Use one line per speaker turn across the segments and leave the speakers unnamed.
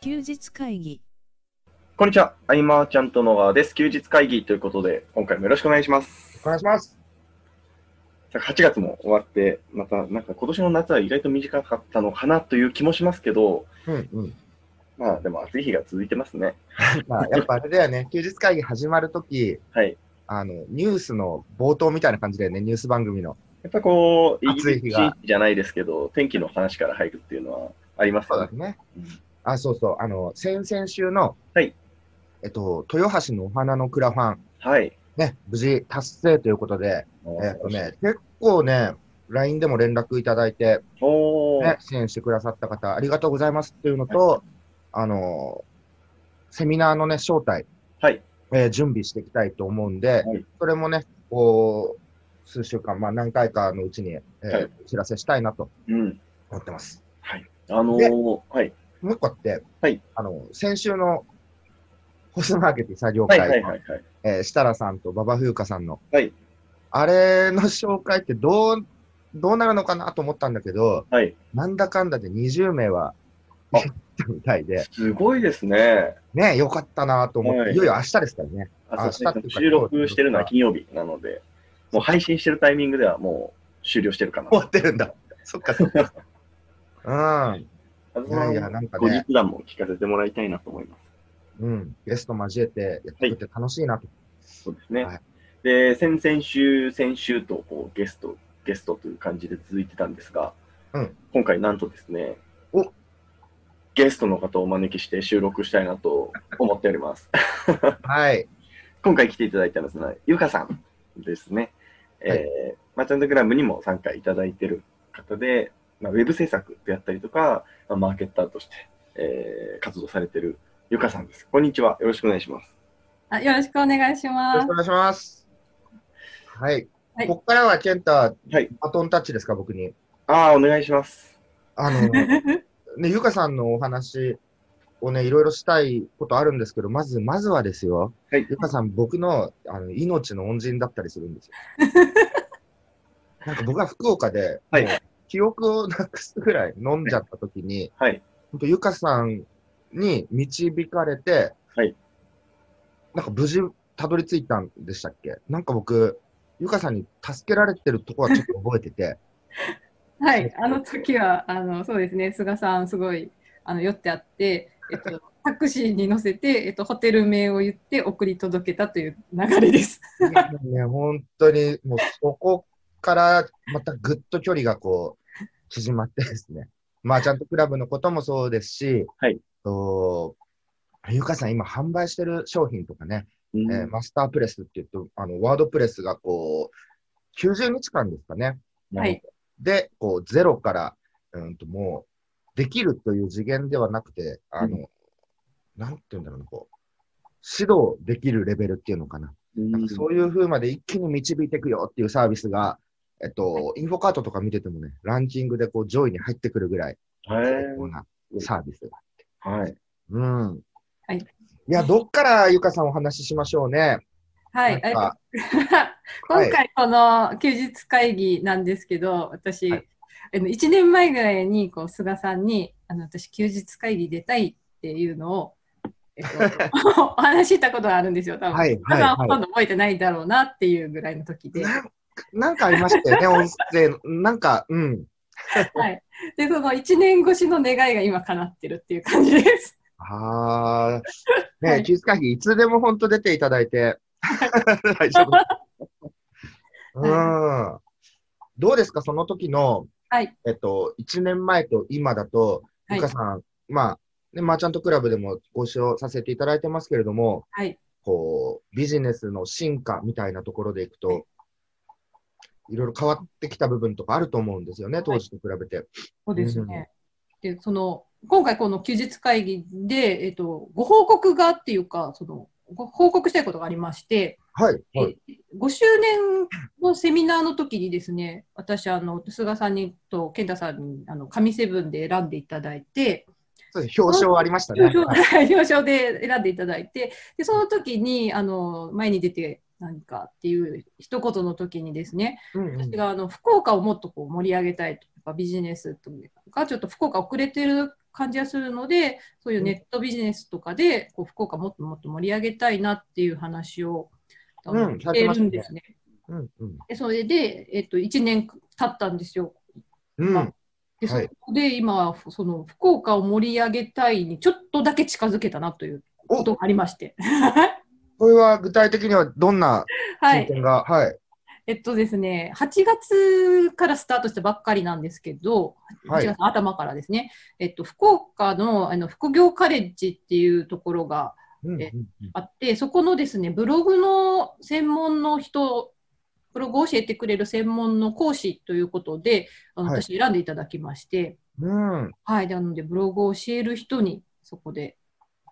休日会議
こんにちは、アイマーちゃんと野川です。休日会議ということで、今回もよろしくお願いします。
お願いします。
8月も終わって、またなんか今年の夏は意外と短かったのかなという気もしますけど、
うんうん。
まあでも暑い日が続いてますね。
まあ、やっぱあれだよね、休日会議始まるとき、
はい。
あの、ニュースの冒頭みたいな感じだよね、ニュース番組の。
やっぱこう、イギ
暑い日
リス
が
じゃないですけど、天気の話から入るっていうのはありますよね。
ね
うん。
あ、そうそう、あの、先々週の、
はい。
えっと、豊橋のお花のクラファン、
はい。
ね、無事達成ということで、えっとね、結構ね、LINE でも連絡いただいて、
おー
ね、支援してくださった方、ありがとうございますっていうのと、あの、セミナーのね、招待、
はい。
えー準備していきたいと思うんで、
はい
それもね、こう、数週間、まあ何回かのうちに、えー
はい
お知らせしたいなと
うん。
思ってます。
あのー、はい。
もう一個あって、
はい
あの、先週のホストマーケティ作業
は
会
い
の、
はいはいはい。
えー設楽さんと馬場風花さんの、
はい
あれの紹介ってどう、どうなるのかなと思ったんだけど、
はい。
なんだかんだで20名は、
あ
たみたいで、
すごいですね。
ね、よかったなと思って、
はい
い、よいよ明日ですからね。
あ、そう
明日
で
っていう
す
か
ね。収録してるのは金曜日なので、もう配信してるタイミングではもう終了してるかな
終。わってるんだ。そっかそっか。 うん。いやいや、なんか
後
ね、
日談も聞かせてもらいたいなと思います。
うん、ゲスト交えてやってくって楽しいなと。
そうですね。
はい
で、先々週、先週とこうゲスト、ゲストという感じで続いてたんですが、
うん
今回なんとですね、
お
ゲストの方をお招きして収録したいなと思っております。
はい。
今回来ていただいたのは、ゆかさんですね。
は
えー、マーチャントグラムにも参加いただいてる方で、まあ、ウェブ制作であったりとか、まあ、マーケッターとして、えー活動されてるゆかさんです。こんにちは。よろしくお願いします。
あ、よろしくお願いし
よろ
ま
し
す
くお。願いします。はい。
はい
ここからは、健太、
はい
バトンタッチですか、僕に。
ああ、お願いします。
あ の、ね、ゆかさんのお話をね、いろいろしたいことあるんですけど、まず、まずはですよ。
はい
ゆかさん、僕のあの命の恩人だったりするん ですよ。なんか僕は福岡で、
はい
もう記憶をなくすぐらい飲んじゃった時に、
はい。
本当ゆかさんに導かれて、
はい
なんか無事たどり着いたんでしたっけなんか僕、ゆかさんに助けられてるとこはちょっと覚え てて、
はい、あの時は、あの、そうですね、菅さん、すごい、あの、酔ってあって、えっと、 タクシーに乗せて、えっと、ホテル名を言って送り届けたという流れです。
いやもうね、本当にもうそこからまたぐっと距離がこう縮まってですね、まあちゃんとクラブのこともそうですし、
はい
とゆかさん、今販売してる商品とかね、
うん
えーマスタープレスって言うと、あの、ワードプレスがこう、90日間ですかね。
はい。
で、こう、ゼロから、うんと、もう、できるという次元ではなくて、あの、なんて言うんだろうな、こう、指導できるレベルっていうのかな。
うん
なんかそういう風まで一気に導いていくよっていうサービスが、えっと、インフォカートとか見ててもね、ランキングでこう上位に入ってくるぐらい、
へー
こんなサービスが。
はい。
うん。
い
いや、どっからゆかさんお話ししましょうね。
はい、
なんか
あ 今回、この休日会議なんですけど、私、
はい
あの1年前ぐらいに、こう、菅さんに、あの、私、休日会議出たいっていうのを、えっと、 お話ししたことがあるんですよ、多分。
はい
ま
はい
だ
は
ほ
い
とんど覚えてないだろうなっていうぐらいの時で。
ななんかありましたよね、音声。なんか、うん。
はい。で、その1年越しの願いが今叶ってるっていう感じです。
ああ、
は
ね
い
え、休日会議、いつでも本当出ていただ いて。大丈夫。うん。どうですか、その時の、
はい。
えっと、1年前と今だと、
は
ゆ
い
か。さん、まあ、ね、マーチャントクラブでもご一緒させていただいてますけれども、
はい。
こう、ビジネスの進化みたいなところでいく
はい
と、いろいろ変わってきた部分とかあると思うんですよね、当時と比べて。
そうですね。で、その、今回この休日会議で、えっと、ご報告がっていうか、その、ご報告したいことがありまして、
はい。はい。
え5周年のセミナーの時にですね、私、あの、菅さんにと健太さんに、あの、紙セブンで選んでいただいて、
そうです表彰ありましたね。
表彰
はい
表彰で選んでいただいてでその時にあの前に出て何かっていう一言の時にですね
うんうん
私があの福岡をもっとこう盛り上げたいとかビジネスとかちょっと福岡遅れてる感じがするので、そういうネットビジネスとかで、こう福岡もっともっと盛り上げたいなっていう話を、あの
うん
してるんですね。
うんうん
でそれで、えっと、1年経ったんですよ。
うん
まで、
はい
そこで今、その福岡を盛り上げたいにちょっとだけ近づけたなということがありまして。
これは具体的にはどんな
は
進
い。
展が、はい、
えっとですね、8月からスタートしたばっかりなんですけど、
は
8
い
月の頭からですね、えっと、福岡のあの副業カレッジっていうところが
うんうん
えあって、そこのですね、ブログの専門の人、ブログを教えてくれる専門の講師ということで、あの
はい
私選んでいただきまして、
うんうん。
はい、なのでブログを教える人にそこで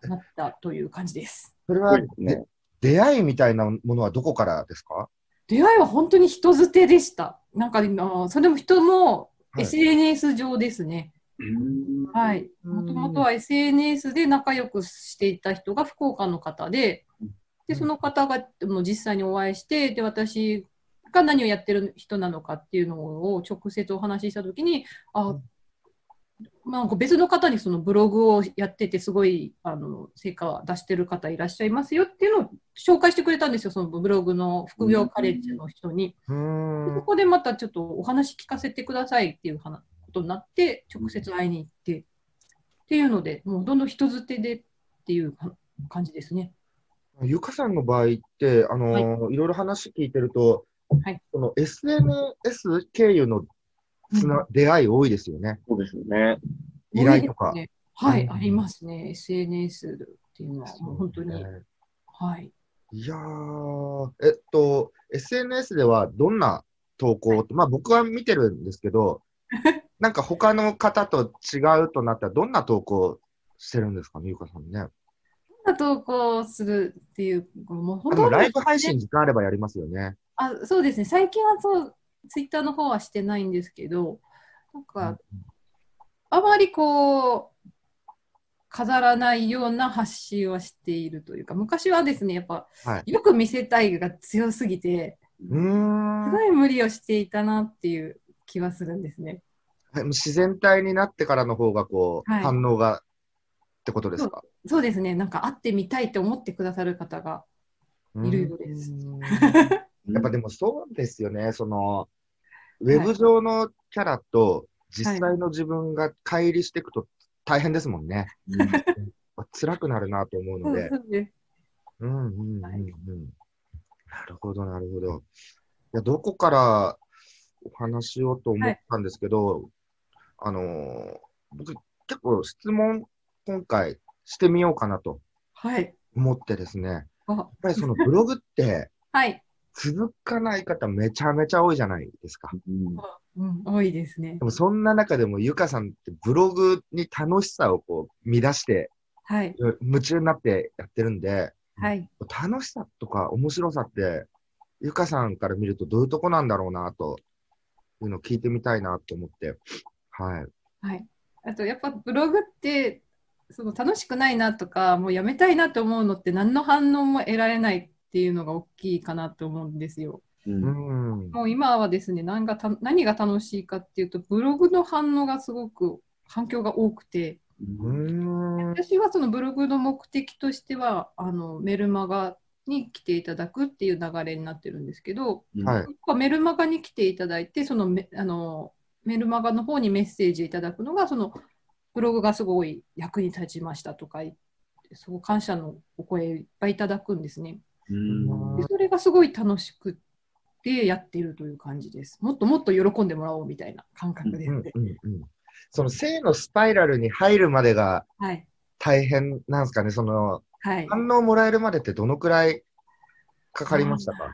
なったという感じです。
それ
そ
は
うですね。
出会いみたいなものはどこからですか
出会いは本当に人づてでした。なんか、あのそれも人も
はい
SNS 上ですね。はい。
うん
もともとは SNS で仲良くしていた人が福岡の方で
うん、
で、その方がもう実際にお会いして、で、私が何をやってる人なのかっていうのを直接お話ししたときに、
う
あ
ん、
まあ、別の方にそのブログをやってて、すごい、あの、成果を出してる方いらっしゃいますよっていうのを紹介してくれたんですよ、そのブログの副業カレッジの人に。
うー
で
ん
そこでまたちょっとお話聞かせてくださいっていう話ことになって、直接会いに行って、っていうので、もうどんどん人づてでっていうか感じですね。
ゆかさんの場合って、あのーい、ろいろ話聞いてると、
はい
その SNS 経由のつな、出会い多いですよね。
そうですよね。
依頼とか
多いですねはい、
うん
ありますね。SNS っていうのは、もう本当に。
ね
はい。
いやー、えっと、SNS ではどんな投稿、まあ僕は見てるんです けど、なんか他の方と違うとなったら、どんな投稿してるんですかね、ゆかさんね。
どんな投稿するっていう、もう
あ
本
でも
当
ライブ配信時間あればやりますよね。
あそうですね、最近はそう、ツイッターの方はしてないんですけど、なんか、あまりこう、飾らないような発信はしているというか、昔はですね、やっぱ、
はい
よく見せたいが強すぎて、
う
す
ーん。
ごい無理をしていたなっていう気はするんですね。
はいもう自然体になってからの方がこう、
はい
反応がってことですか。
そうですね、なんか会ってみたいと思ってくださる方が、
うん
いるようです
やっぱでもそうですよね、そのウェブ上のキャラと実際の自分が乖離していくと大変ですもんね。
うん
辛くなるなと思う
そ
の
う
で。
そうです
うんうんうんうん。
はい
なるほど、なるほど。いや、どこからお話しようと思ったんですけど、あのー僕結構質問今回してみようかなと
はい。
思ってですね、やっ
あ
ぱりそのブログって
はい、
続かない方めちゃめちゃ多いじゃないですか。
うん
うん、多いですね
で。もそんな中でもゆかさんってブログに楽しさをこう見出して
はい、
夢中になってやってるんで
はい。
楽しさとか面白さってゆかさんから見るとどういうとこなんだろうなというのを聞いてみたいなと思ってはい
はい、あとやっぱブログってその楽しくないなとかもうやめたいなと思うのって何の反応も得られないっていうのが大きいかなと思うんですよ。
うん
うん
もう今はですね何がた何が楽しいかっていうとブログの反応がすごく反響が多くて
うん
私はそのブログの目的としてはあのメルマガに来ていただくっていう流れになってるんですけど、
はい
やっぱメルマガに来ていただいて、そのメあのメルマガの方にメッセージいただくのが、そのブログがすごい役に立ちましたとか言って、すごい感謝のお声いっぱいいただくんですね。
うん
でそれがすごい楽しくてやってるという感じです。もっともっと喜んでもらおうみたいな感覚です
うんう
ね
ん。うんその性のスパイラルに入るまでが
はい。
大変なんですかねその
はい。
反応もらえるまでってどのくらいかかりましたか
あ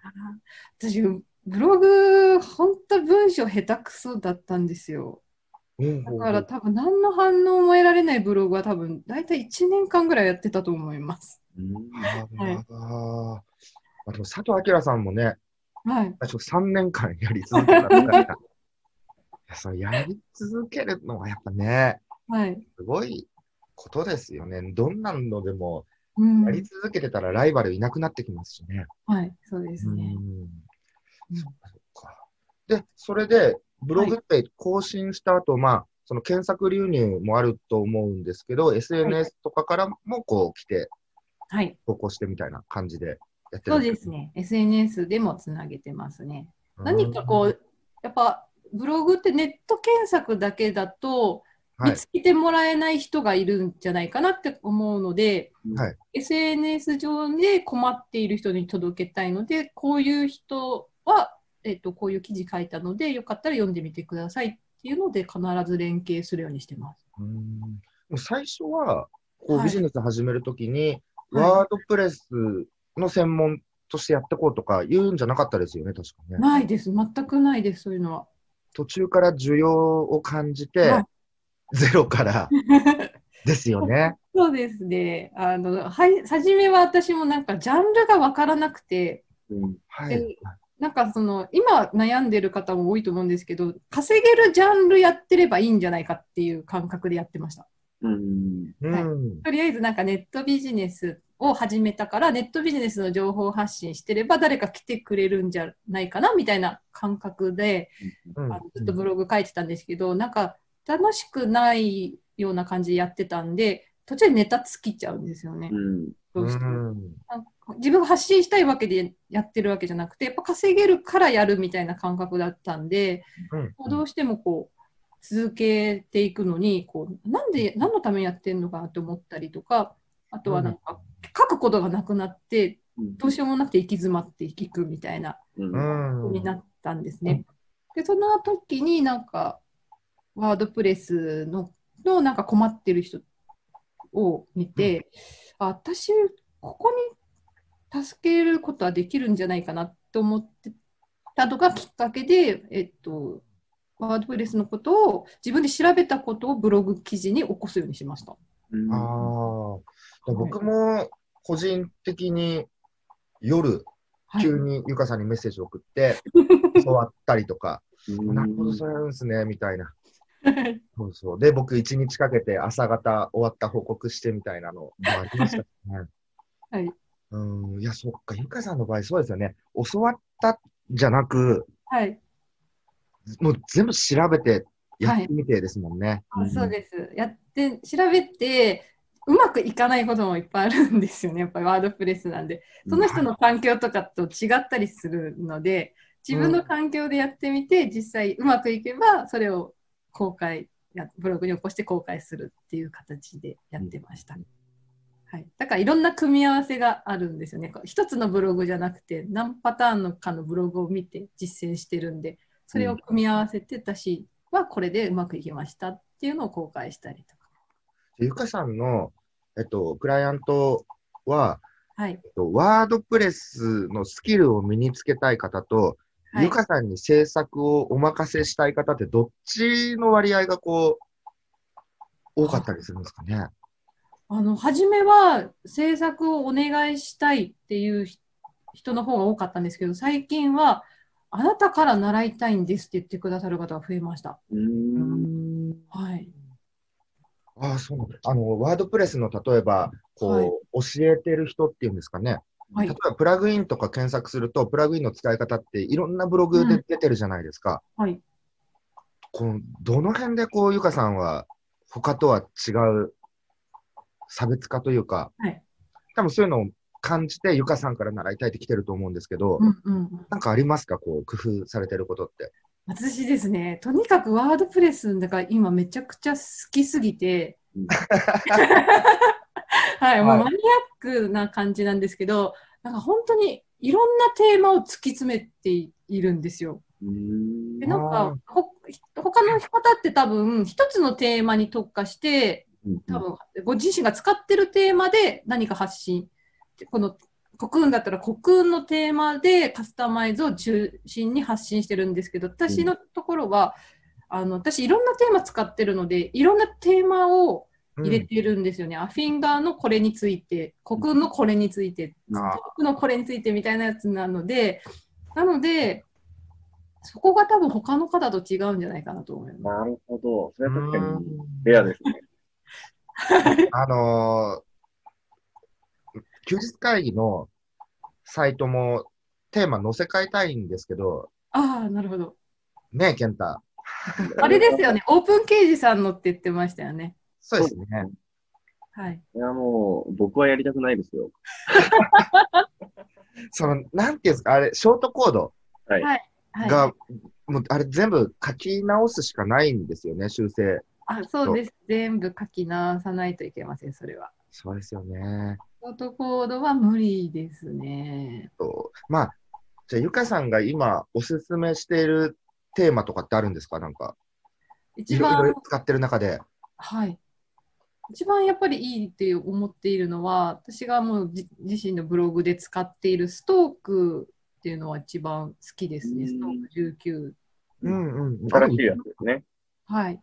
ー私、ブログ、本当文章下手くそだったんですよ。だから多分何の反応も得られないブログは多分大体1年間ぐらいやってたと思います。はい
あーあでも佐藤明さんもね、
はい。
最初3年間やり続け たみたいな。いやそのやり続けるのはやっぱね、
はい。
すごいことですよね。どんなのでも、
うん。
やり続けてたらライバルいなくなってきますしね。
はい。そうです
う
ね。
ん
うん
そっかそっかで、それで、ブログって更新した後、まあ、その検索流入もあると思うんですけど、SNS とかからもこう来て、
はい。
投稿してみたいな感じでやって
そ
る
うんですすね。SNS でもつなげてますね。何かこ
う
う、やっぱブログってネット検索だけだと、
ん、は
見
い、
つけてもらえない人がいるんじゃないかなって思うので、
はい
SNS 上で困っている人に届けたいので、こういう人は、えっとこういう記事書いたので、よかったら読んでみてくださいっていうので、必ず連携するようにしてます。
うんでも最初は、こう
はい
ビジネス始めるときに、
はい
ワードプレスの専門としてやってこうとか言うんじゃなかったですよね、確かね。
ないです、全くないです、そういうのは。
途中から需要を感じて、
はい
ゼロからですよね。
そうですねあのはい初めは私もなんかジャンルが分からなくて、
うん
はい。
でなんかその今悩んでる方も多いと思うんですけど、稼げるジャンルやってればいいんじゃないかっていう感覚でやってました。
うん
うん。
とりあえずなんかネットビジネスを始めたから、ネットビジネスの情報発信してれば誰か来てくれるんじゃないかなみたいな感覚で、
うん
あのずっとブログ書いてたんですけど、なんか楽しくないような感じでやってたんで、途中でネタ尽きちゃうんですよね
う。ん
どうしても
うん
自分が発信したいわけでやってるわけじゃなくてやっぱ稼げるからやるみたいな感覚だったんで、
うん
どうしてもこう続けていくのにこうなんで何のためにやってるのかなと思ったりとかあとはなんか書くことがなくなって
うん
どうしようもなくて行き詰まっていくみたいな
うん
うん
になったんですね。でその時になんかワードプレスののなんか困ってる人を見て、あ私ここに助けることはできるんじゃないかなと思ってたのがきっかけで、えっと、ワードプレスのことを自分で調べたことをブログ記事に起こすようにしました。
うん
あーで僕も個人的に夜、
はい、
急にゆかさんにメッセージを送 って、教わったりとか、
うん
なるほど、そうやるんですね、みたいな。
はい
そうそう。で、僕、一日かけて朝方終わった報告してみたいなのもありましたね。
はい。
うん、いや、そっか、ゆかさんの場合、そうですよね。教わったじゃなく、
はい
もう全部調べてやってみてですもんね。
あそうです。やって、調べて、うまくいかないこともいっぱいあるんですよね、やっぱりワードプレスなんで。その人の環境とかと違ったりするので、自分の環境でやってみて、実際うまくいけば、それを公開や、ブログに起こして公開するっていう形でやってました。はい、だからいろんな組み合わせがあるんですよね。こう一つのブログじゃなくて、何パターンのかのブログを見て実践してるんで、それを組み合わせて、私はこれでうまくいきましたっていうのを公開したりとか。
でゆかさんの、えっと、クライアントは、
はい
え。っとワードプレスのスキルを身につけたい方と、
はい
ゆかさんに制作をお任せしたい方って、どっちの割合がこう、多かったりするんですかね。
あの初めは制作をお願いしたいっていうひ人の方が多かったんですけど最近はあなたから習いたいんですって言ってくださる方が増えました。
うん
はい、
ああ、そうなんだ。あの、ワードプレスの例えば、こう、
はい
教えてる人っていうんですかね。
はい
例えば、プラグインとか検索すると、プラグインの使い方っていろんなブログ
う
で
ん
出てるじゃないですか。
はい、
このどの辺で、こう、ゆかさんは、他とは違う差別化というか、
はい
多分そういうのを感じて、ゆかさんから習いたいって来てると思うんですけど、
うんうん、
なんかありますかこう、工夫されてることって。
私ですねとにかくワードプレスだから今めちゃくちゃ好きすぎて、
うん
はい、もう
はい
マニアックな感じなんですけどなんか本当にいろんなテーマを突き詰めているんですよ。
うん
でなん
あ
かほ他の方って多分一つのテーマに特化して多分ご自身が使ってるテーマで何か発信でこの国運だったら国運のテーマでカスタマイズを中心に発信してるんですけど私のところは、あの私いろんなテーマ使ってるのでいろんなテーマを入れてるんですよね、アフィンガーのこれについて国運のこれについて
あー
僕のこれについてみたいなやつなので、なので、そこが多分他の方と違うんじゃないかなと思います。
なるほど。それは確か
う
に
ん
レアですね。
あのー休日会議のサイトもテーマ載せ替えたいんですけど、
ああ、なるほど。
ねえ、健太。
あれですよね、オープンケージさんのって言ってましたよね。
そうですね。
はい。
いや、もう、僕はやりたくないですよ。
その、なんていうんですか、あれ、ショートコード
はい。
はいはい、
が、もうあれ全部書き直すしかないんですよね、修正。
あそうです。全部書き直さないといけません、それは。
そうですよね。
ショートコードは無理ですね。
とまあ、じゃあ、ゆかさんが今おすすめしているテーマとかってあるんですかなんか、
一
いろい
番
ろ、使ってる中で。
はい。一番やっぱりいいって思っているのは、私がもうじ自身のブログで使っているストークっていうのは一番好きですね、
うん
ストーク19。
うんうんうん。
新しいやつですね。
はい。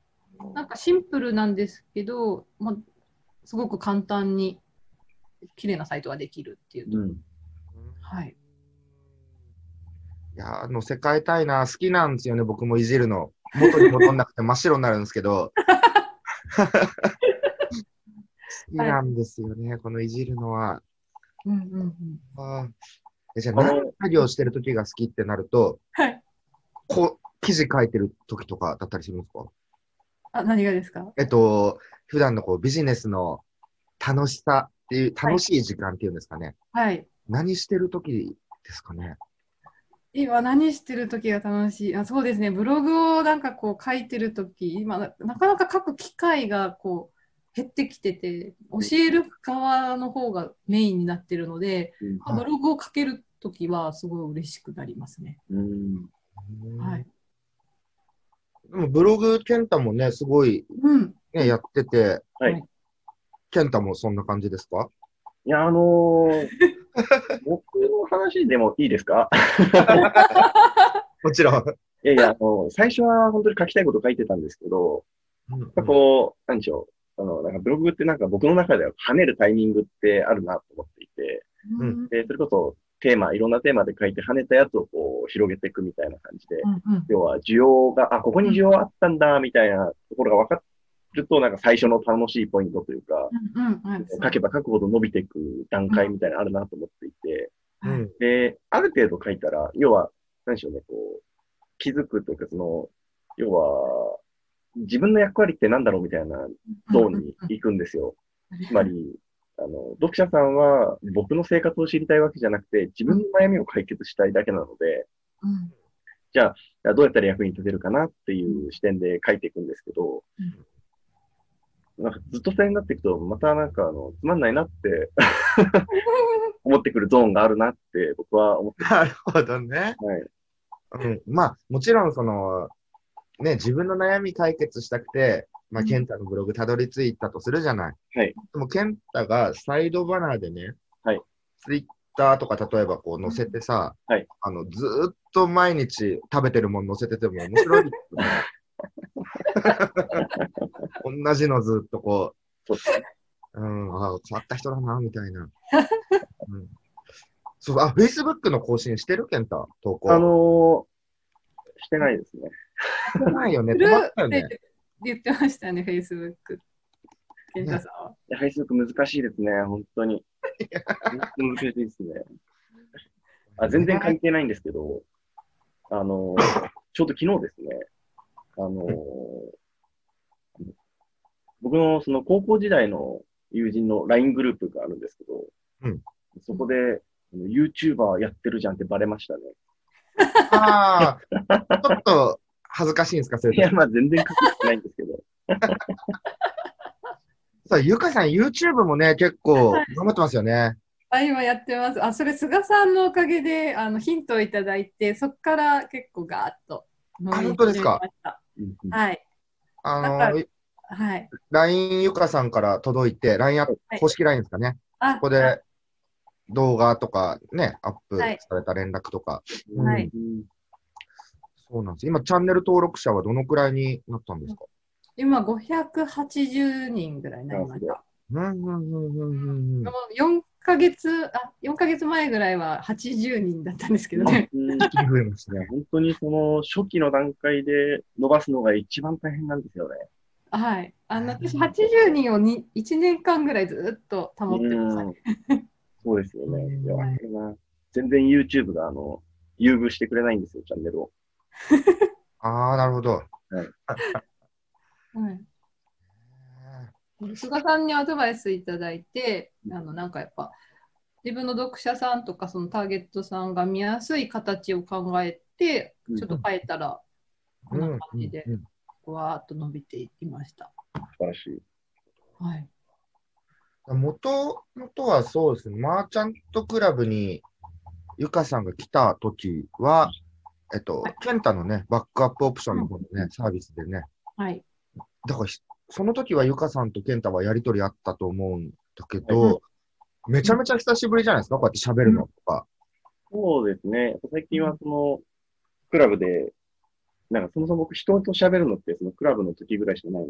なんかシンプルなんですけど、まあ、すごく簡単に綺麗なサイトができるっていうと。
うん。
はい。
いやー、乗せ替えたいな。好きなんですよね、僕もいじるの。元に戻んなくて真っ白になるんですけど。好きなんですよね、このいじるのは。
うんうんうん。
あーえじゃあ、
あの
何作業してる時が好きってなると、
はい。
こう、記事書いてる時とかだったりするんですか
あ、何がですか
えっと、普段のこうビジネスの楽しさっていう、
はい
楽しい時間っていうんですかね。
はい。
何してる時ですかね。
今何してる時が楽しいあそうですねブログをなんかこう書いてる時今ななかなか書く機会がこう減ってきてて教える側の方がメインになってるので、
うん
まあブログを書ける時はすごい嬉しくなりますね。
うん。
はい、
でもブログ、健太もね、すごい、
うん
ね、やってて、
はい。
健太もそんな感じですか
いや、あのー僕の話でもいいですか
もちろん。
いやいや、あの最初は本当に書きたいこと書いてたんですけど、やっぱこう、なんでしょう。あの、なんかブログってなんか僕の中では跳ねるタイミングってあるなと思っていて、
う
うんん
で、それこそテーマ、いろんなテーマで書いて跳ねたやつをこう広げていくみたいな感じで、
うん
要は需要が、あ、ここに需要あったんだ、みたいなところが分かると、なんか最初の楽しいポイントというか、
うんうんはいそう
書けば書くほど伸びていく段階みたいなのあるなと思っていて、
うんうん
で、ある程度書いたら、要は、何でしょうね、こう、気づくというか、その、要は、自分の役割って何だろうみたいなゾーンに行くんですよ。つまり、あの、読者さんは僕の生活を知りたいわけじゃなくて、自分の悩みを解決したいだけなので、
うんうん
じゃあどうやったら役に立てるかなっていう視点で書いていくんですけど、なんかずっとそれになっていくと、またなんかあの、つまんないなって思ってくるゾーンがあるなって僕は思っ
なるほどね。
て、はい。
うん。まあ、もちろん、その、ね、自分の悩み解決したくて、まあ、
うん
健太のブログたどり着いたとするじゃない。
はい。
でも、健太がサイドバナーでね、
はい。
ツイッターとか、例えばこう載せてさ、
うんはい。
あの、ずーっと毎日食べてるもの載せてても面白 い。同じのずっとこう、
そうですね。
うん、ああ、変わった人だな、みたいな。うん、そう、あ、Facebook の更新してる健太投稿。
あのー、してないですね。
してないよね。
する
止まったよ
っ
ね。
て言ってましたね、フェイスブック。健太さんは。
いや配属難しいですね、本当に。 本当難しいですね。あ全然関係ないんですけど、あの、ちょうど昨日ですね、あの、僕のその高校時代の友人の LINE グループがあるんですけど、
うん
そこであの YouTuber やってるじゃんってバレましたね。
ああ、ちょっと恥ずかしいんですか、それ
いや、
で。
まあ全然隠してないんですけど、
そう、ゆかさん、YouTube もね、結構頑張ってますよね。
あ、今やってます。あ、それ、菅さんのおかげであのヒントをいただいて、そこから結構ガーッと伸び
あ本当ですか
始めました
うんうん
はい。な
あ
ん
の、
はい。
LINE ゆかさんから届いて、LINE アップ、
はい
公式 LINE ですかね。
あ
ここで動画とかね、アップ
はい
された連絡とか。
はい
うん
そうなんです。今、チャンネル登録者はどのくらいになったんですか
今、580人ぐらいになりました。
うんうんうんうんうんうん
もう4ヶ月、あ、4ヶ月前ぐらいは80人だったんですけどね。
うん
一気に増えます
いや
ね。
本当にその初期の段階で伸ばすのが一番大変なんですよね。
はい。あの私、80人をに1年間ぐらいずっと保ってました
うんそうですよね。いや、
はい
わかるな。全然 YouTube があの優遇してくれないんですよ、チャンネルを。
ああ、なるほど。
はい菅さんにアドバイスいただいて、あのなんかやっぱ自分の読者さんとかそのターゲットさんが見やすい形を考えて、ちょっと変えたら、こんな感じで、わーっと伸びていきました。
素晴らしい。
はい。
もともとはそうですね、マーチャントクラブにゆかさんが来た時は、えっと、ケンタのね、バックアップオプションの方のね、サービスでね、
はい。
だからひその時はゆかさんとケンタはやりとりあったと思うんだけど、めちゃめちゃ久しぶりじゃないですか、こうやって喋るのとか。
そうですね。やっぱ最近はその、クラブで、なんかそもそも僕人と喋るのって、そのクラブの時ぐらいしかないの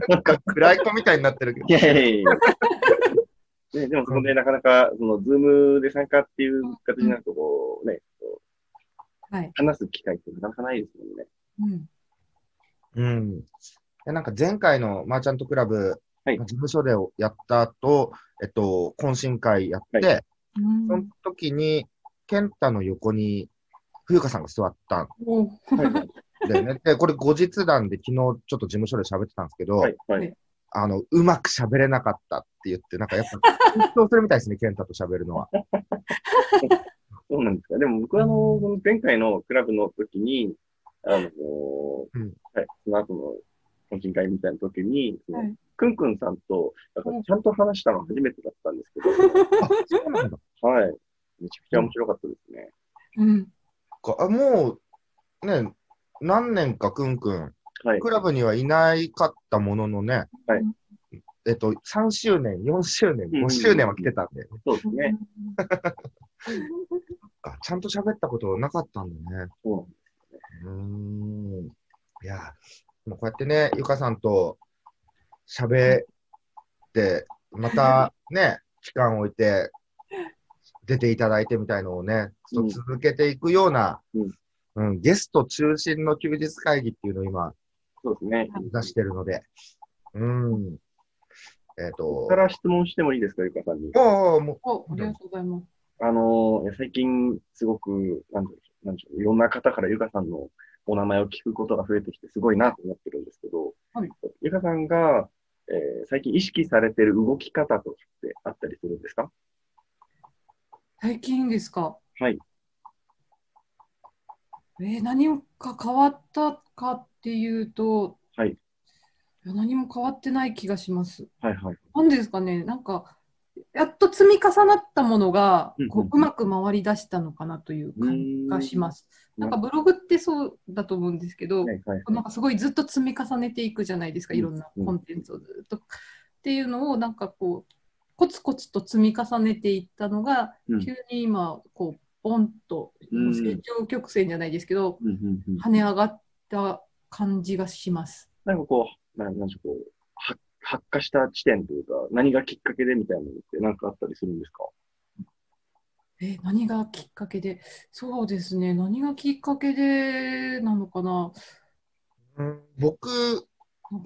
で。
なんか暗い子みたいになってるけど
い。やいやいやね、でもそこでなかなか、その、ズームで参加っていう形になると、こうね、こう
はい。
話す機会ってなかなかないですもんね。
うん。
うん。でなんか前回のマーチャントクラブ、
はい
事務所でやった後、えっと、懇親会やって、
は
うん
その時に、ケンタの横に、冬香さんが座ったん
お
はい
だよね。 で、これ後日談で昨日ちょっと事務所で喋ってたんですけど、
はい、はい。
あの、うまく喋れなかったって言って、なんかやっぱ、 緊張するみたいですね、ケンタと喋るのは。
そうなんですか。でも僕はあの、この前回のクラブの時に、あの、
うん
はい、その後の懇親会みたいな時に、その
はい
くんくんさんと、なんか
うん
ちゃんと話したの初めてだったんですけ
あ、そうなんだ。
ど、はい。めちゃくちゃ面白かったですね。
うん。
かあもう、ね、何年かくんくん、
はい。
クラブにはいないかったもののね、
はい
えっと、3周年、4周年、
うん
5周年は来てたんで、
そうですね。
あちゃんと喋ったことなかったんだね。
そうなんで
うーん。いや、でもこうやってね、ゆかさんと喋って、またね、期間を置いて、出ていただいてみたいのをね、ずっと続けていくような、うんゲスト中心の休日会議っていうのを今、
すそうですね。
出してるので、うん。えっ、
ことこか、ら質問してもいいですか、ゆかさんに。
ああ、もう、
お、ありがとうございます。
あの、いや最近、すごく、なんでしょう、なんでしょう、いろんな方からゆかさんのお名前を聞くことが増えてきて、すごいなと思ってるんですけど
はい、
ゆかさんが、えー最近意識されてる動き方とかってあったりするんですか
最近ですか
はい。
えー何か変わったかっていうと、
はい
や何も変わってない気がします。
はいはい。
何ですかね、なんか、やっと積み重なったものが
うんうん
こううまく回り出したのかなという感じがします。
うーん
なんかブログってそうだと思うんですけど、
はいはい
なんかすごいずっと積み重ねていくじゃないですか、
うん
いろんなコンテンツをずっと。っていうのを、なんかこう、コツコツと積み重ねていったのが、
うん
急に今、こう、ボンと、
うん
もう成長曲線じゃないですけど、
うんうんうん
跳ね上がった感じがします。
なんかこう、ななんでしょう、こう、は発火した地点というか、何がきっかけでみたいなのって何かあったりするんですか
えー何がきっかけで、そうですね、何がきっかけでなのかな。
うん僕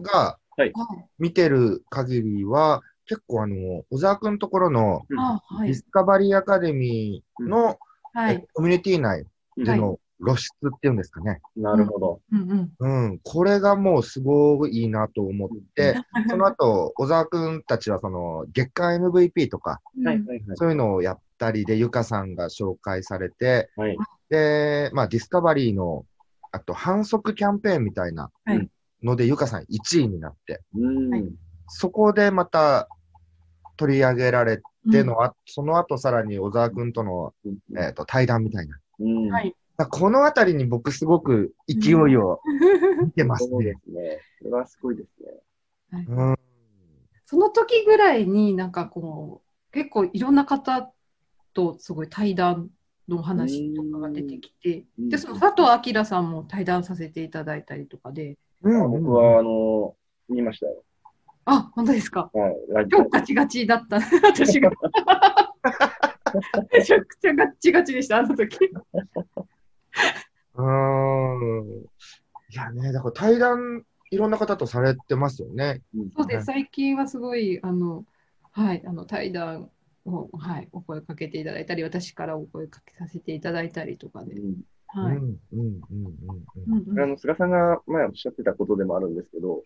が
はい
見てる限りは、結構あの、小沢くんところの、
あは
ディ
い
スカバリーアカデミーの、
は
えっ
い
とコミュニティ内
うん
での露出っていうんですかね。
なるほど。
うんうん
うん。これがもうすごいいいなと 思って、その後、小沢くんたちはその月間 MVP とか、
うん
はいはいはい。
そういうのをやったりで、ゆかさんが紹介されて、
はい。
で、まあディスカバリーの、あと反則キャンペーンみたいな
はい
ので、ゆかさん1位になって、
うん。
はい
そこでまた取り上げられて
うん
の、あその後さらに小沢くんとの、えっと対談みたいな。
うん。
はい
だからこのあたりに僕すごく勢いを見てます
そうで
ね。
すね。それはすごいですね。
うん。
その時ぐらいになんかこう結構いろんな方とすごい対談のお話とかが出てきて
うん
でその佐藤明さんも対談させていただいたりとかで
うん
あ僕は、あの、見ましたよ。
あ本当ですか
はい。ラジ
今日ガチガチだった 私がめちゃくちゃガッチガチでしたあの時
うん。いやね、だから対談いろんな方とされてますよね。
そうです最近はすごいあのはいあの対談をはいお声かけていただいたり私からお声かけさせていただいたりとかで
うん
は
う
い。
んうんうんう
う
ん
んうん
あの、菅さんが前おっしゃってたことでもあるんですけど、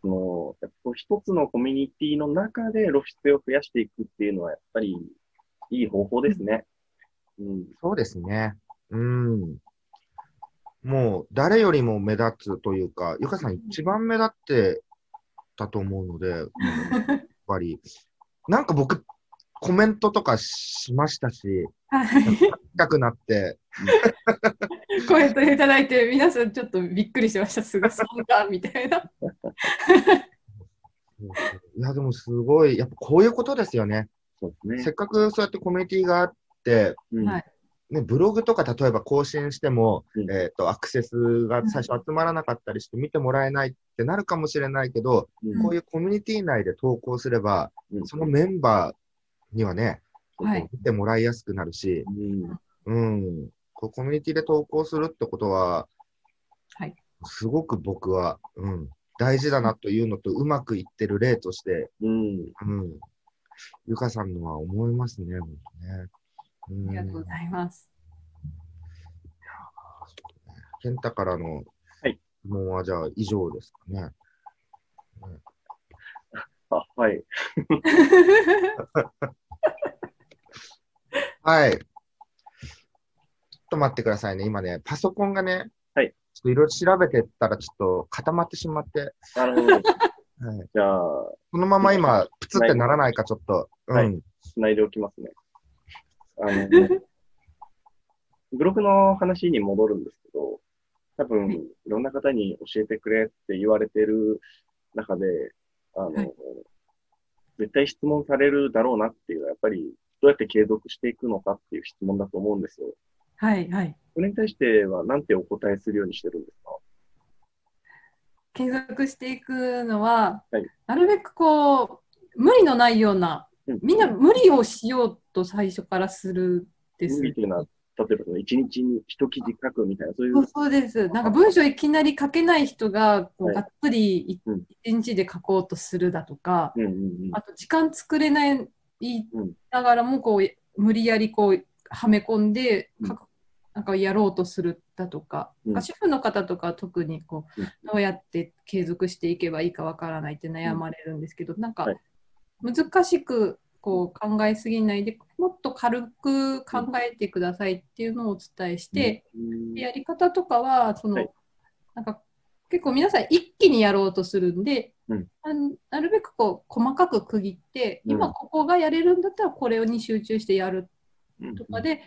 その、やっぱこう一つのコミュニティの中で露出を増やしていくっていうのは、やっぱりいい方法ですね。うん。
そうですね。うん。もう、誰よりも目立つというか、ゆかさん一番目立ってたと思うので、やっぱり。なんか僕、コメントとかしましたし、
はい
深くなって、
コメントいただいて、皆さんちょっとびっくりしました、菅さんが、みたいな。
いや、でもすごい、やっぱこういうことですよね。
そうです
せ
ね
っ。かくそうやってコミュニティがあって、
うん
はい
ね、ブログとか例えば更新しても、
うん
えっとアクセスが最初集まらなかったりして見てもらえないってなるかもしれないけど、
うん
こういうコミュニティ内で投稿すれば、
うん
そのメンバーにはね、
はい
見てもらいやすくなるし、
うん
うん、こうコミュニティで投稿するってことは、
はい
すごく僕は、うん、大事だなというのと、うまくいってる例として、
うん。
うん、ゆかさんのは思いますね、本当ね。
あ
ん
りがとうございます。
健太からの
はい
質問はじゃあ以上ですかね。
あ、はい。
はい。ちょっと待ってくださいね。今ね、パソコンがね、
はい。
ちょっといろいろ調べてったらちょっと固まってしまって、
なるほど。
はい。
じゃあ、
このまま今、プツってならないかちょっと。
は
う
い
ん。
繋いでおきますね。あ の、ブログの話に戻るんですけど、多分、いろんな方に教えてくれって言われてる中で、あの、
はい
絶対質問されるだろうなっていうのは、やっぱり、どうやって継続していくのかっていう質問だと思うんですよ。
はい、はい。
これに対しては、なんてお答えするようにしてるんですか
継続していくのは、
はい
なるべくこう無理のないような
うん
みんな無理をしようと最初からするです
無。理っていうのは、例えばその一日に一記事書くみたいな、そういう
そうそうです。なんか文章いきなり書けない人がこう、
はい
がっつり
うん
一日で書こうとするだとか、
うんうん
あと時間作れない
うん
ながらもこう無理やりこうはめ込んで
うん
書くなんかやろうとするだとか、
うん
主婦の方とかは特にこう、
うん
どうやって継続していけばいいかわからないって悩まれるんですけど、なんか
はい
難しくこう考えすぎないでもっと軽く考えてくださいっていうのをお伝えして、
うん。
やり方とかは、その、
はい
なんか結構皆さん一気にやろうとするんで、
うん
あんなるべくこう細かく区切って、
うん
今ここがやれるんだったらこれに集中してやる
うん
とかで、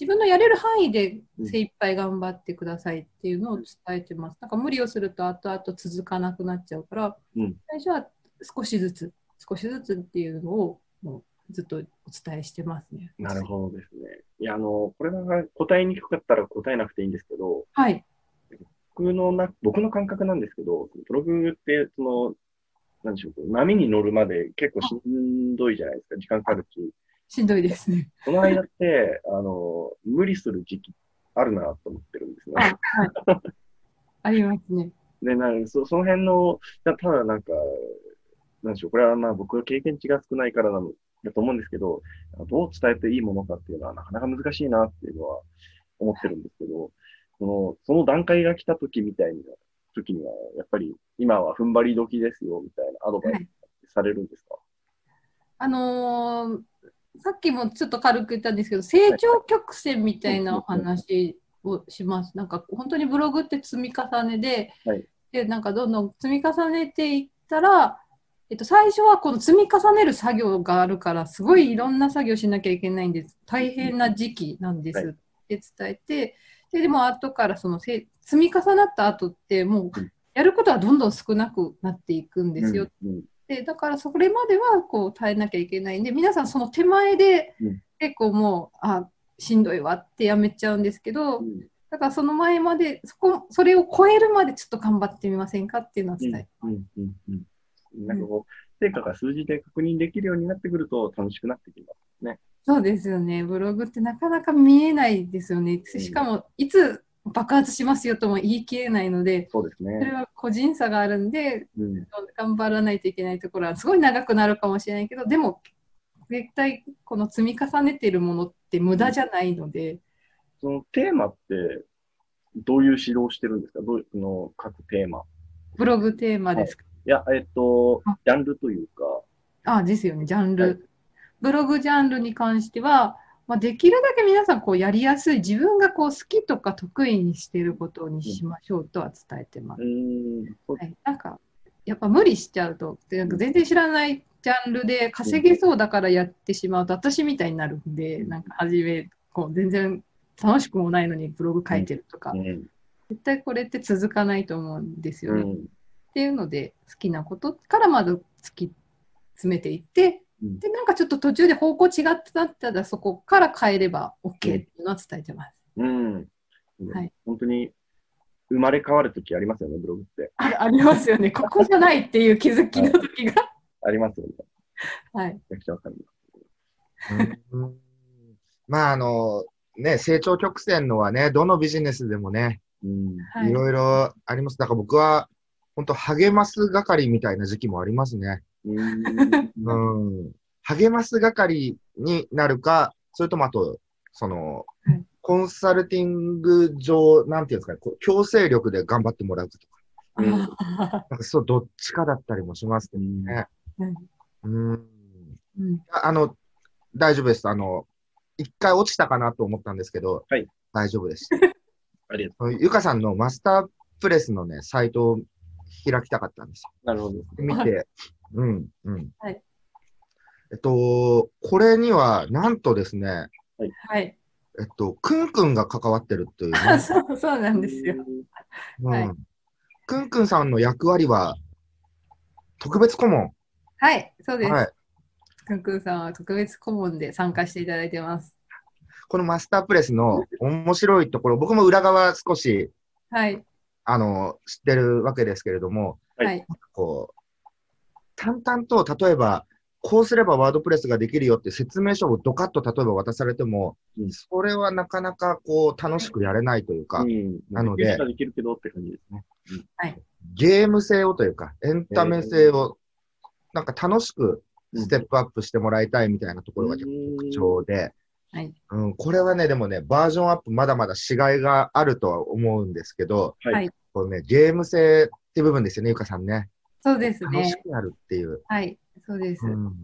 自分のやれる範囲で精一杯頑張ってくださいっていうのを伝えてます。なんか無理をすると後々続かなくなっちゃうから、
うん
最初は少しずつ、少しずつっていうのをもうずっとお伝えしてますね。
なるほどですね。いや、あの、これが答えにくかったら答えなくていいんですけど、
はい。
僕のな、僕の感覚なんですけど、ブログって、その、なんでしょう、こう波に乗るまで結構しんどいじゃないですか、時間かかるし。
しんどいですね。
その間って、あの、無理する時期あるなと思ってるんですね。
あありますね。
で、なんそその辺の、たただなんか、なんでしょう、これはまあ僕は経験値が少ないからなのだと思うんですけど、どう伝えていいものかっていうのはなかなか難しいなっていうのは思ってるんですけど、そのその段階が来た時みたいな時には、やっぱり今は踏ん張り時ですよみたいなアドバイスされるんですか、
あのーさっきもちょっと軽く言ったんですけど成長曲線みたいなお話をします。なんか本当にブログって積み重ねで,、
はい
でなんかどんどん積み重ねていったら、えっと、最初はこの積み重ねる作業があるからすごいいろんな作業しなきゃいけないんです大変な時期なんです
はい
って伝えてででも後からそのせ積み重なった後っても
うん
うやることはどんどん少なくなっていくんですよ
うんうん
でだからそれまではこう耐えなきゃいけないんで皆さんその手前で
うん
結構もう、あしんどいわってやめちゃうんですけどだからその前までそこそれを超えるまでちょっと頑張ってみませんかっていうのを伝え、
うんうんうんなんかこう、成果が数字で確認できるようになってくると楽しくなってきます。
そうですよねブログってなかなか見えないですよね
うん
しかもいつ爆発しますよとも言い切れないので
そうです
それ
ね。
は個人差があるんで
うん
頑張らないといけないところはすごい長くなるかもしれないけどでも絶対この積み重ねてるものって無駄じゃないので、
そのテーマってどういう指導をしてるんですかどういうの各テーマ。
ブログテーマですか、
いや、えっと
あ、
ジャンルというか、
あ、ですよね、ジャンル。
はい
ブログジャンルに関しては、まあ、できるだけ皆さんこうやりやすい、自分がこう好きとか得意にしていることにしましょうとは伝えてます。
うーん、そう
はい、なんか、やっぱ無理しちゃうと、でなんか全然知らないジャンルで稼げそうだからやってしまうと、私みたいになるんで、なんか初め、こう全然楽しくもないのにブログ書いてるとか、
うん
絶対これって続かないと思うんですよ
う
ね。
ん
っていうので好きなことからまず突き詰めていって、
うん
でなんかちょっと途中で方向違ったったらそこから変えれば OK っていうのは伝えてます。
うん。
はい
本当に生まれ変わるときありますよね、ブログって。
あ ありますよね。ここじゃないっていう気づきの時が。
ありますよね。
はい。
めちゃくちゃわかる。
うんまあ、あの、ね、成長曲線のはね、どのビジネスでもね、
うん。
はい
い、ろいろあります。だから僕は、本当励ます係みたいな時期もありますね。
うん。
うん。励ます係になるか、それともあと、その
はい、
コンサルティング上、なんていうんですかね、こう強制力で頑張ってもらうかとか、
うん
なんかそう、どっちかだったりもしますけど
うん
ね。
うん
うん。
うん
ああの、大丈夫です。あの、一回落ちたかなと思ったんですけど、
はい
大丈夫です。
ありがと
ゆかさんのマスタープレスのね、サイトを開きたかったんです
う。なるほど。
よ。見て、 うん、うん。
はい。
えっと、これには、なんとですね、
はい。
えっと、くんくんが関わってるという、ね。
あそうそうなんですよ。 はい
うん。くんくんさんの役割は、特別顧問。
はい。そうです。
はい。
くんくんさんは特別顧問で参加していただいてます。
このマスタープレスの面白いところ、僕も裏側少し、
はい。
あの、知ってるわけですけれども、
はい
はい。
こう、淡々と、例えば、こうすればワードプレスができるよって説明書をドカッと例えば渡されても
うん、
それはなかなかこう楽しくやれないというか、
うん。
なので
できる人はできるけどって感じですね。
ゲーム性をというか、エンタメ性を、なんか楽しくステップアップしてもらいたいみたいなところが特徴で、
はい。
うん、これはね、でもね、バージョンアップまだまだ違いがあるとは思うんですけど、
はい
こうね、ゲーム性って部分ですよね、ゆかさんね。
そうです
楽
ね
し。くなるっていう。
はい。そうです。
うん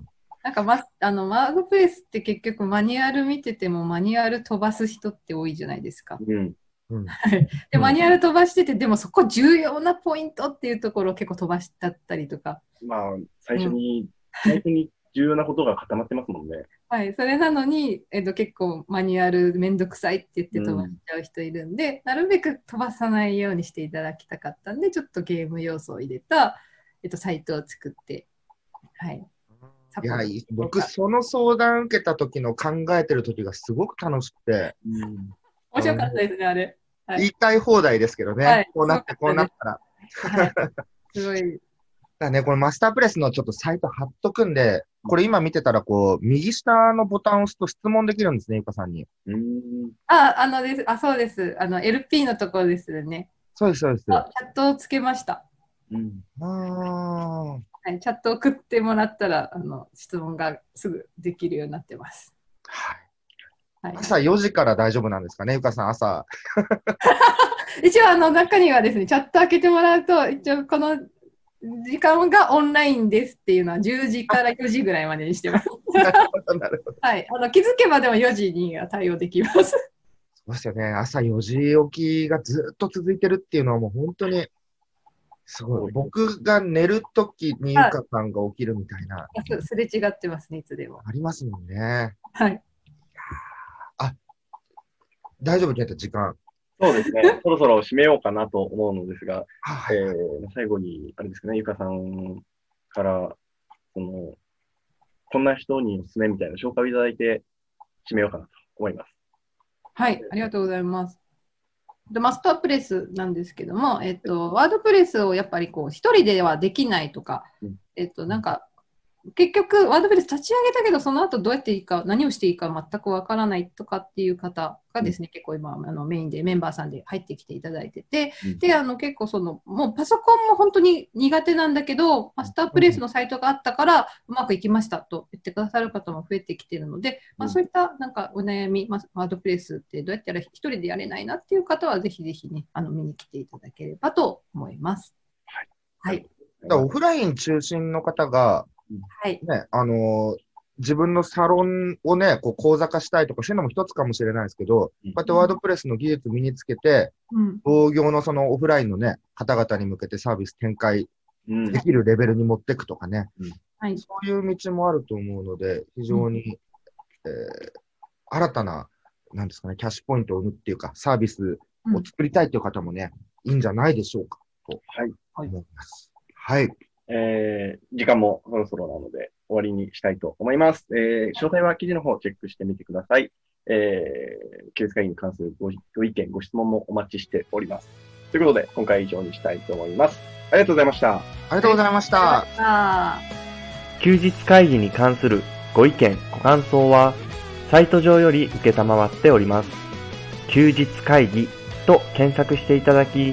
なんかま、あのワードプレスって結局マニュアル見ててもマニュアル飛ばす人って多いじゃないですか。
うん。
うん
で
うん
マニュアル飛ばしててでもそこ重要なポイントっていうところを結構飛ばしちゃったりとか、
まあ、最初に、最初に重要なことが固まってますもんね。
はい、それなのに、えっと、結構マニュアルめんどくさいって言って飛ばしちゃう人いるんで、なるべく飛ばさないようにしていただきたかったんでちょっとゲーム要素を入れた、えっと、サイトを作って、はい、サポ
い
ー
や
ト
いい僕、その相談受けた時の考えてる時がすごく楽しくて、
面白かったですねあれ、はい
言いたい放題ですけどね、
はい
こうなって、
そ
こう
うだ
な
っ
ったら。
はい、すごい
だからね、このマスタープレスのちょっとサイト貼っとくんで、これ今見てたら、こう、右下のボタンを押すと質問できるんですね、ゆかさんに。
うん。うん。
ああのですあそうですあの LP のところですよね
そうです、そうです。
あチャットをつけました
うん。
あ
はい、チャット送ってもらったらあの質問がすぐできるようになってます。はい、
朝4時から大丈夫なんですかね、ゆかさん、 朝。
一応あの中にはですねチャット開けてもらうと一応この時間がオンラインですっていうのは10時から4時ぐらいまでにしてます。
なるほど、なるほど。
はい、あの気づけばでも4時には対応できます。
そうですよね、朝4時起きがずっと続いてるっていうのは、もう本当に、すごい。僕が寝るときにゆかさんが起きるみたいな、
すすれ違ってますねいつでも。
ありますもんね。
はい、
大丈夫、健太、時間。
そうです ね。そろそろ締めようかなと思うのですが、
は
え
い。
ー、最後に、あれですかね、ゆかさんから、その、こんな人におすすめみたいな紹介をいただいて、締めようかなと思います。
はい、ありがとうございます。でマスタープレスなんですけども、えっと、ワードプレスをやっぱりこう一人ではできないとか
うん、
えっと、なんか結局、ワードプレス立ち上げたけど、その後どうやっていいか、何をしていいか全くわからないとかっていう方がですね、結構今あのメインでメンバーさんで入ってきていただいてて、
うん
で、あの結構その、もうパソコンも本当に苦手なんだけど、マスタープレイスのサイトがあったから、うまくいきましたと言ってくださる方も増えてきてるので、まあ、
うん
そういったなんかお悩み、まあ、ワードプレスってどうやったら一人でやれないなっていう方は、ぜひぜひね、あの見に来ていただければと思います。はい。
だからオフライン中心の方が、
はい。
ね、あのー自分のサロンをね、こう講座化したいとか、そういうのも一つかもしれないですけど、
うん
こうやってワードプレスの技術身につけて、
うん。
同業のそのオフラインのね、方々に向けてサービス展開
うん
できるレベルに持っていくとかね、
はい。
そういう道もあると思うので、非常に、えー新たな、なんですかね、キャッシュポイントを生むっていうか、サービス
うん
を作りたいという方もね、いいんじゃないでしょうか、と
はい
はい
思います。はい。
えー時間もそろそろなので終わりにしたいと思います。えー詳細は記事の方をチェックしてみてください。えー、休日会議に関するごご意見、ご質問もお待ちしております。ということで、今回以上にしたいと思います。ありがとうございました。
ありがとうございました。
あ
休日会議に関するご意見、ご感想は、サイト上より受けたまわっております。休日会議と検索していただき、